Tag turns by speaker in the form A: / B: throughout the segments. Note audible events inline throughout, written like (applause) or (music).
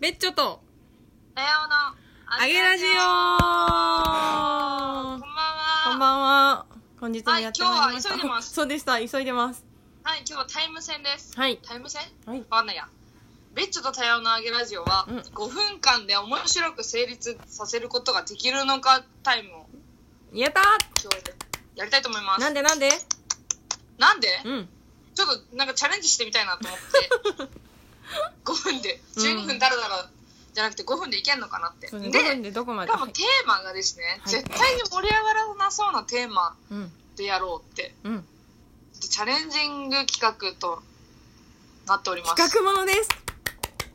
A: ベッチョと、
B: レオの
A: あげラジオ
B: こんばん
A: こ
B: は。
A: んばんは。本日も
B: はい
A: やってまいりました。
B: 今日は急いでます
A: そうでした、急いでます。
B: はい、今日はタイム戦です。
A: はい
B: タイム戦
A: はい
B: わかんないや。ベッチョと多様なあげラジオは、
A: うん
B: 5分間で面白く成立させることができるのかタイムを
A: やった
B: 今日やりたいと思いま
A: ー
B: す。
A: なんでなんで
B: なんで
A: うん。
B: ちょっとなんかチャレンジしてみたいなと思って。5分で、12分だらだらじゃなくて5分でいけんのかなって。
A: そう
B: で、
A: ね、
B: し
A: 5分でどこまで
B: かも
A: はい
B: テーマがですね、
A: はい
B: 絶対に盛り上がらなそうなテーマ
A: うん。
B: でやろうって。
A: うん。
B: チャレンジング企画となっております。
A: 企画ものです。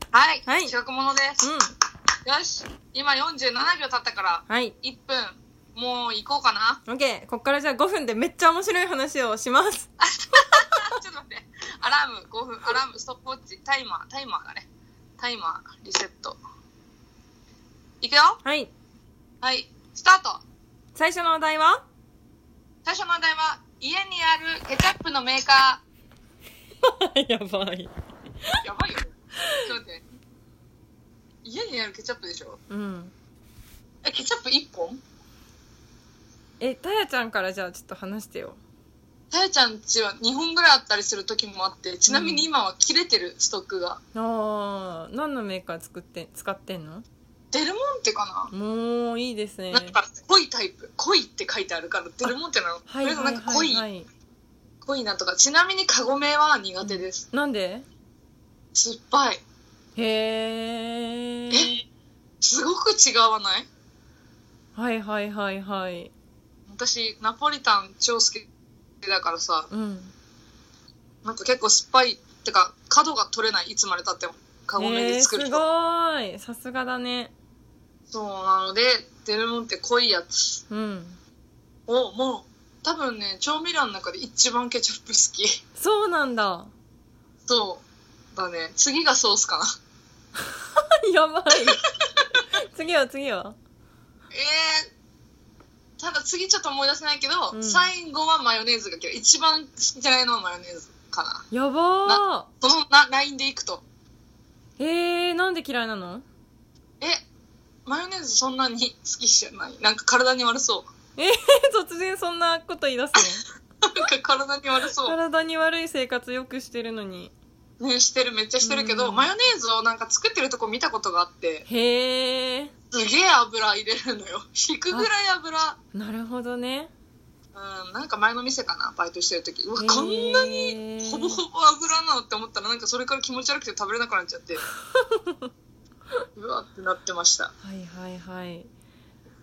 B: はい、
A: はい
B: 企画ものです。
A: うん。
B: よし、今47秒経ったから、
A: はい。
B: 1分、もう行こうかな。 (laughs)
A: オッケー。こっからじゃあ5分でめっちゃ面白い話をします。
B: あちょっと待って、アラーム5分、アラーム、ストップウォッチ、タイマー、タイマーがね、タイマー、リセット。いくよ
A: はい。
B: はい、スタート
A: 最初のお題は
B: 最初のお題は、家にあるケチャップのメーカ
A: (laughs) やばい。
B: ー。やばいよ。ちょっと待って。家にあるケチャップでしょ
A: うん。
B: え、ケチャップ1本
A: え、たやちゃんからじゃあちょっと話してよ。
B: たやちゃんちは2本ぐらいあったりする時もあってちなみに今は切れてるストック
A: あ
B: が、
A: ー、何のメーカー作って、使ってんの
B: デルモンテか
A: もういいですね
B: な、。なんか濃いタイプ濃いって書いてあるからデルモンテなの
A: はいはい
B: とりあえずなんか濃
A: はい
B: い、
A: はい。
B: 濃いなとかちなみにカゴメは苦手です、
A: なんで
B: 酸っぱい
A: へー。
B: すごく違わない
A: はいはいはいはい。
B: 私ナポリタン超好きだからさ
A: うん。
B: なんか結構酸っぱいってか角が取れないいつまでたってもカゴメ
A: え
B: で
A: ー、す
B: 作
A: ご
B: ると、
A: ーい。さすがだね。
B: そうなのでデルモンテ濃いやつ
A: うん。
B: をもう多分ね調味料の中で一番ケチャップ好き (laughs)
A: そうなんだ。 (laughs)
B: そうだね次がソースかな
A: やばい。 (laughs) 次は次は。
B: えー、ただ次ちょっと思い出せないけど、
A: うん
B: 最後はマヨネーズが嫌い一番好きじゃないのはマヨネーズかな
A: やば
B: そのなラインでいくと
A: ー。えー、なんで嫌いなの (laughs)
B: えマヨネーズそんなに好きじゃないなんか体に悪そう (laughs)
A: えー、突然そんなこと言い出す
B: なんか体に悪
A: の
B: そ
A: 体に悪い生活よくしてるのに。
B: う、ね、してるめっちゃしてるけど、
A: うん
B: マヨネーズをなんか作ってるとこ見たことがあって
A: へー。
B: すげえ油入れるのよ引くぐらい油
A: なるほどね。
B: うんなんか前の店かなバイトしてる時うわこんなに
A: に
B: ほぼほぼ油なのって思ったらなんかそれから気持ち悪くて食べれなくなっちゃって
A: (laughs)
B: うわってなってました、
A: はいはいはい。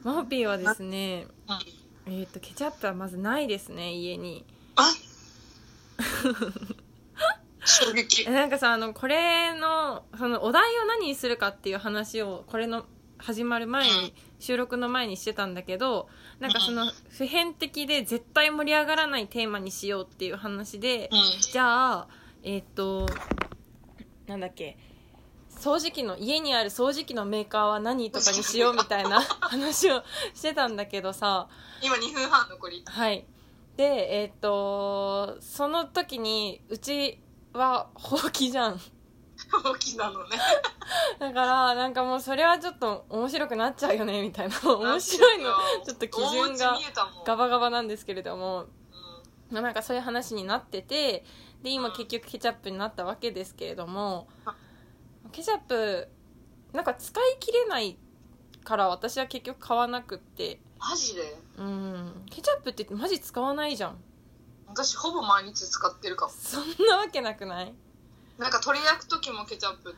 A: マホピーはですね、
B: うん、
A: えっ、と、ケチャップはまずないですね、家に。
B: あ衝撃
A: えなんかさ、あの、これの、その、お題を何にするかっていう話を、これの、始まる前
B: うん
A: に、収録の前にしてたんだけど、なんかその、普遍的で絶対盛り上がらないテーマにしようっていう話で
B: う、ん
A: じゃあ、えっ、と、なんだっけ、掃除機の、家にある掃除機のメーカーは何とかにしようみたいな話をしてたんだけどさ、
B: 今2分半残り
A: はい。で、えっ、と、その時に、うちは、ほうきじゃん。 (laughs)
B: 大きなのね
A: だから、なんかもうそれはちょっと面白くなっちゃうよね、みたいな。面白いの、ちょっと基準
B: 大
A: が
B: 内見えたもん
A: ガバガバなんですけれども、
B: う
A: まあなんかそういう話になってて、で、今
B: うん
A: 結局ケチャップになったわけですけれども、ケチャップ、なんか使い切れないから私は結局買わなくって、
B: んマジで
A: うん、ケチャップってマジ使わないじゃん。
B: 私ほぼ毎日使ってるかも
A: そんなわけなくない
B: なんか鶏焼く時もケチャップで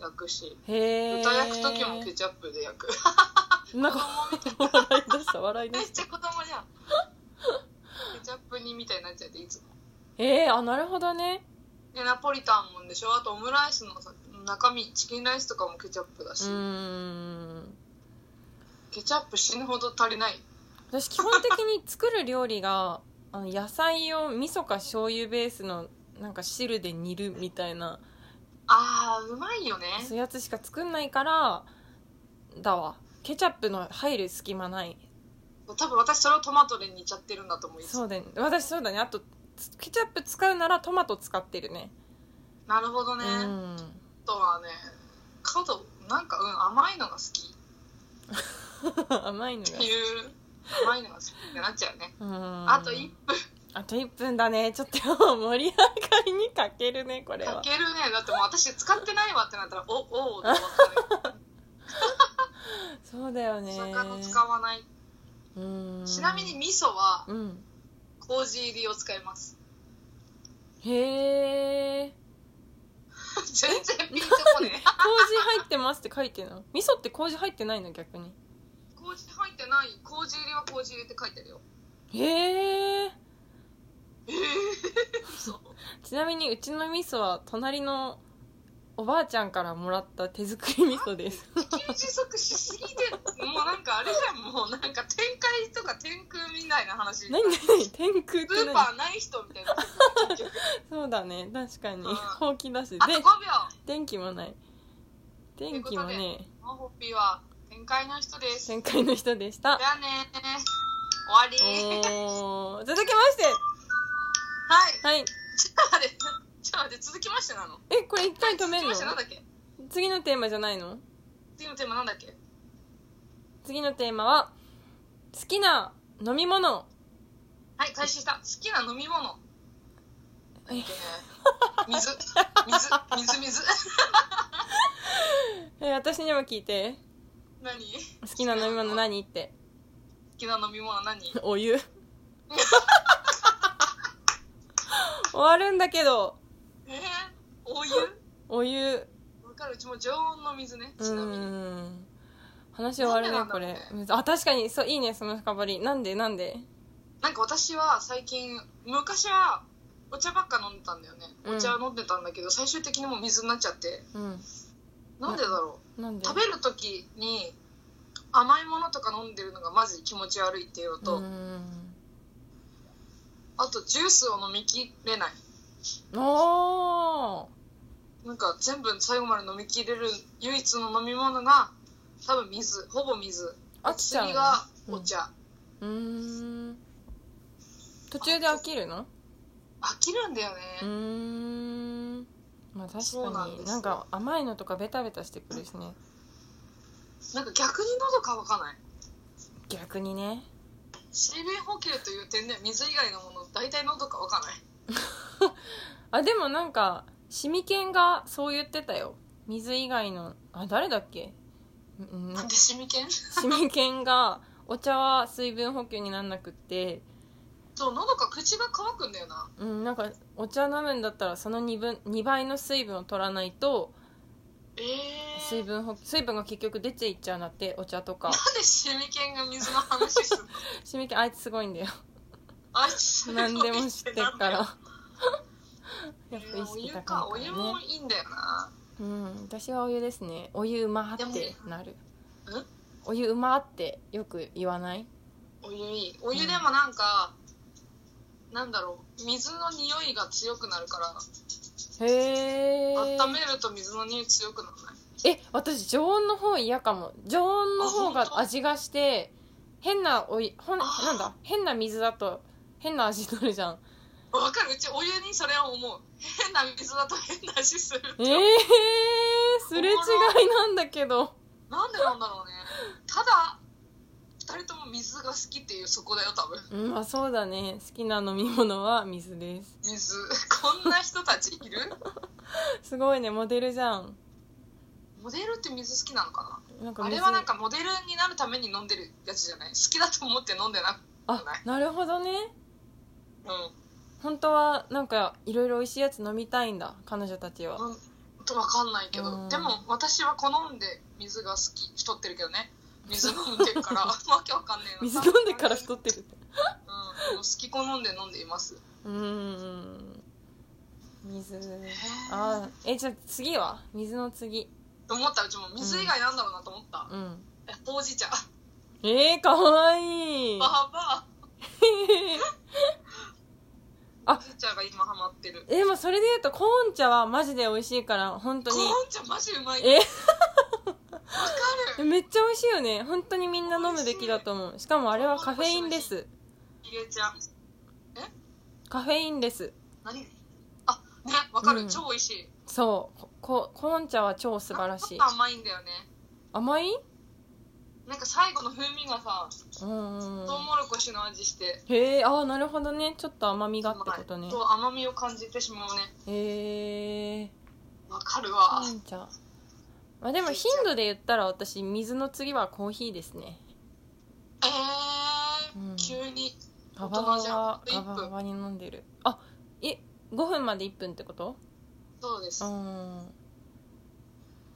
B: 焼くし
A: へえ。
B: 豚焼く時もケチャップで焼く (laughs)
A: なんか、笑い出した、笑い出
B: め
A: し。
B: ったちゃ子供じゃんケチャップ煮みたいになっちゃっていつも
A: ええあ、なるほどね。
B: でナポリタンもんでしょあとオムライスのさ中身チキンライスとかもケチャップだ
A: う
B: し、
A: ーん。
B: ケチャップ死ぬほど足りない
A: 私基本的に作る料理があの野菜を味噌か醤油ベースのなんか汁で煮るみたいな
B: あーうまいよね
A: そういうやつしか作んないからだわケチャップの入る隙間ない
B: 多分私それをトマトで煮ちゃってるんだと思ういつも
A: そうだね私そうだねあとつケチャップ使うならトマト使ってるね
B: なるほど
A: う
B: ね、あ
A: ん
B: とはね角な甘いのが好きっ
A: 甘いの
B: ていう甘いのが好きってなっちゃうね
A: が
B: あと1
A: あと1分だねちょっと盛り上がりに欠けるねこれ
B: 分か
A: は
B: けるねだってもう私使ってないわってなったら
A: (laughs)
B: おおおって思っ
A: そうだよね
B: て魚使わない
A: うん
B: ちなみに味噌は
A: うん
B: 麹入りを使います
A: へえ
B: (laughs) 全然ピンとこね
A: 麹
B: え
A: 入ってますって書いてるの味噌って麹入ってないの逆に
B: 麹入ってない麹入りは麹入りって書いてるよ
A: へえ
B: えそう
A: ちなみにうちの味噌は隣のおばあちゃんからもらった手作り味噌です
B: 自給自足しすぎてもうなんかあれじゃんもうなんか展開とか天空みたいな話
A: 何何天空って
B: スー
A: 何
B: パーない人みたいな結局
A: そうだね確かに
B: うん
A: ほうきだしで
B: あと5秒
A: 電気もない電気も
B: とい
A: ね
B: モホッピーは展開の人ですじゃ
A: 展開の人でした
B: あねー終わり
A: おー続きまして
B: は
A: は
B: い
A: い
B: ちょっと待ってちょっと待って続きましてなの
A: えこれ一回止めん
B: 続き
A: の
B: ましてなんだっけ
A: 次のテーマじゃないの
B: 次のテーマなんだっけ
A: 次のテーマは好きな飲み物
B: はい開始した好きな飲み物
A: え
B: 水水水水
A: え私にも聞いて
B: 何
A: 好きな飲み物
B: 好
A: 何って
B: きな飲み物
A: (laughs)
B: 何
A: お
B: (laughs)
A: 湯終わるんだけど
B: えー、お湯
A: お湯
B: わかるうちも常温の水ね
A: う
B: ちなみに
A: ーん話終わるね
B: なんでなんだ
A: こ
B: ろう
A: れ
B: ね
A: あ確かにそういいねその深掘りなんでなんで
B: なんか私は最近昔はお茶ばっか飲んでたんだよね、
A: うん
B: お茶飲んでたんだけど最終的にもう水になっちゃって
A: うん
B: なんでだろ
A: なん
B: う
A: で
B: 食べる時に甘いものとか飲んでるのがまず気持ち悪いっていうのと、
A: うーん
B: あとジュースを飲みきれない
A: おー
B: なんか全部最後まで飲みきれる唯一の飲み物が多分水ほぼ水
A: 飽きちゃう
B: 次
A: の
B: がお茶、
A: うーん途中で飽きるの
B: 飽きるんだよね、
A: うーんまあ確
B: そうな
A: か
B: んです
A: に
B: よ
A: なんか甘いのとかベタベタしてくるしね
B: なんか逆に喉乾かない
A: 逆にね
B: 水分補給という点では水以外のもの大体喉乾かない
A: あでもなんかシミケンがそう言ってたよ水以外のあ誰だっけうん
B: なんでシミケン
A: シミケンがお茶は水分補給になんなくって
B: そう喉か口が乾くんだよな
A: うんなんかお茶飲むんだったらその 2, 分2倍の水分を取らないと
B: ええ
A: 水分補水分が結局出ていっちゃうんだってお茶とか
B: (laughs) なんでシミケンが水の話
A: (laughs)
B: するの
A: シミケンあいつすごいんだよ
B: あいつ
A: 何でも知ってっ
B: (laughs)
A: からやっぱ
B: え
A: 意
B: ーお
A: 識
B: 湯
A: 高い
B: か
A: か
B: お
A: ら
B: 湯
A: ね
B: もいいんだよな
A: うん私はお湯ですねお湯うまーってなる
B: でもん
A: お湯うまーってよく言わない
B: お湯いいお湯でもなんか、なんだろう水の匂いが強くなるから、
A: へえ
B: 温めると水の匂い強くならない
A: え私常温の方嫌かも常温の方
B: あ本
A: が
B: 当
A: 味がして変なおいほん
B: あー
A: なんだ変な水だと変な味になるじゃん
B: わかるうちお湯にそれを思う変な水だと変な味するって
A: え
B: 思
A: ー
B: う、、
A: すれ違いなんだけど
B: なんでなんだろうねただ2人とも水が好きっていうそこだよ多分
A: うんまあそうだね好きな飲み物は水です
B: 水こんな人たちい
A: (laughs)
B: る
A: すごいねモデルじゃん
B: モデルって水好きなのか
A: なんか
B: なあ
A: 水
B: れはなんかモデルになるために飲んでるやつじゃない好きだと思って飲んでな
A: あなるほどね
B: う
A: 本当はなんかいろいろ美味しいやつ飲みたいんだ彼女たちは
B: んうんとわかんないけ
A: う
B: ど
A: ん
B: でも私は好んで水が好き太ってるけどね水飲んでる
A: (laughs)
B: からわけわかんねえな
A: 水飲んでから太
B: っ
A: ってるって
B: うんもう好き好んで飲んでいます
A: うーん水あーえじゃあ次は水の次
B: と思ったうちも水以外なんだろうなと思った、
A: うん
B: えほうじ茶
A: えー、かわいい
B: バーバ
A: あ
B: ーほうじ茶が今ハマってる
A: (laughs) えでもそれで言うとコーン茶はマジで美味しいから本当
B: コ
A: に
B: ーン茶マジうまいわ
A: え
B: かる
A: めっちゃ美味しいよね本当にみんな飲むべきだと思うしかもあれはカフェインレス
B: 入れちゃん
A: カフェインレス
B: 何あねわかる、
A: うん
B: 超美味しい
A: そうこコーン茶は超素晴らしい
B: 甘いんだよね
A: 甘い
B: なんか最後の風味がさ
A: うんうんうん
B: トウモロコシの味して
A: へえああなるほどねちょっと甘みがってことね
B: そう甘みを感じてしまうね
A: へえ
B: わかるわ、
A: しんちゃんまあでも頻度で言ったら私水の次はコーヒーですね
B: えー、
A: うん
B: 急に
A: ガバガ
B: 大人じゃんあ
A: バ
B: と
A: ガ
B: 1
A: バ
B: 分
A: ガバに飲んでるあえ5分まで1分ってこと
B: そうです、
A: うん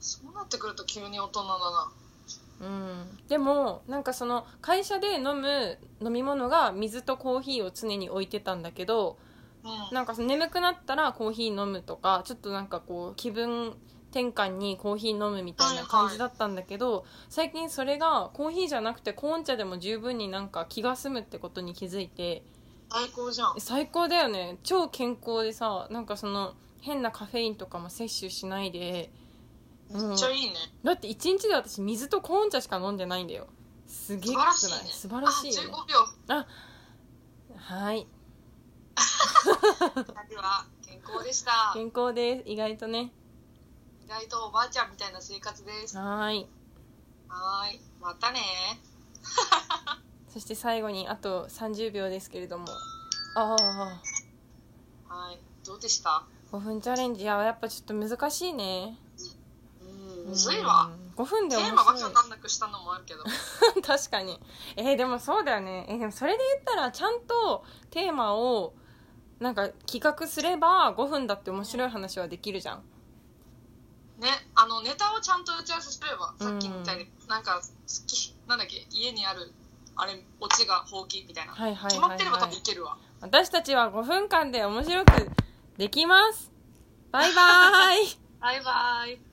B: そうなってくると急に大人だな
A: うん、でもなんかその会社で飲む飲み物が水とコーヒーを常に置いてたんだけど
B: うん
A: なんかその眠くなったらコーヒー飲むとかちょっとなんかこう気分転換にコーヒー飲むみたいな感じだったんだけど、最近それがコーヒーじゃなくてコーン茶でも十分になんか気が済むってことに気づいて
B: 最高じゃん
A: 最高だよね超健康でさなんかその変なカフェインとかも摂取しないでうん
B: めっちゃいいね、
A: だって一日で私水とコーン茶しか飲んでないんだよすげえ
B: 素
A: きつ
B: 晴
A: な
B: ら
A: い
B: し
A: 素晴らし
B: いね
A: いよね
B: あ15秒
A: はい
B: 2人は健康
A: (laughs)
B: でした
A: 健康です意外とね
B: 意外とおばあちゃんみたいな生活ですは
A: はーい
B: ーいまたね
A: そして最後にあと30秒ですけれどもああ
B: はーいどうでした
A: 5分チャレンジいややっぱちょっと難しいね
B: うんむずいわ
A: 5分
B: テ
A: で面
B: ーマば
A: 白
B: っ
A: い
B: か分かんなくしたのもあるけど
A: (laughs) 確かにえーでもそうだよね、えーでもそれで言ったらちゃんとテーマをなんか企画すれば5分だって面白い話はできるじゃん
B: ねあのネタをちゃんと打ち合わせすればさっきみたいに、なんか好きなんだっけ家にあるあれオチがほうきみたいな、
A: はいはいはい、はい、
B: 決まってれば多分いけるわ
A: 私たちは5分間で面白くできますバイバーイ
B: バイバイ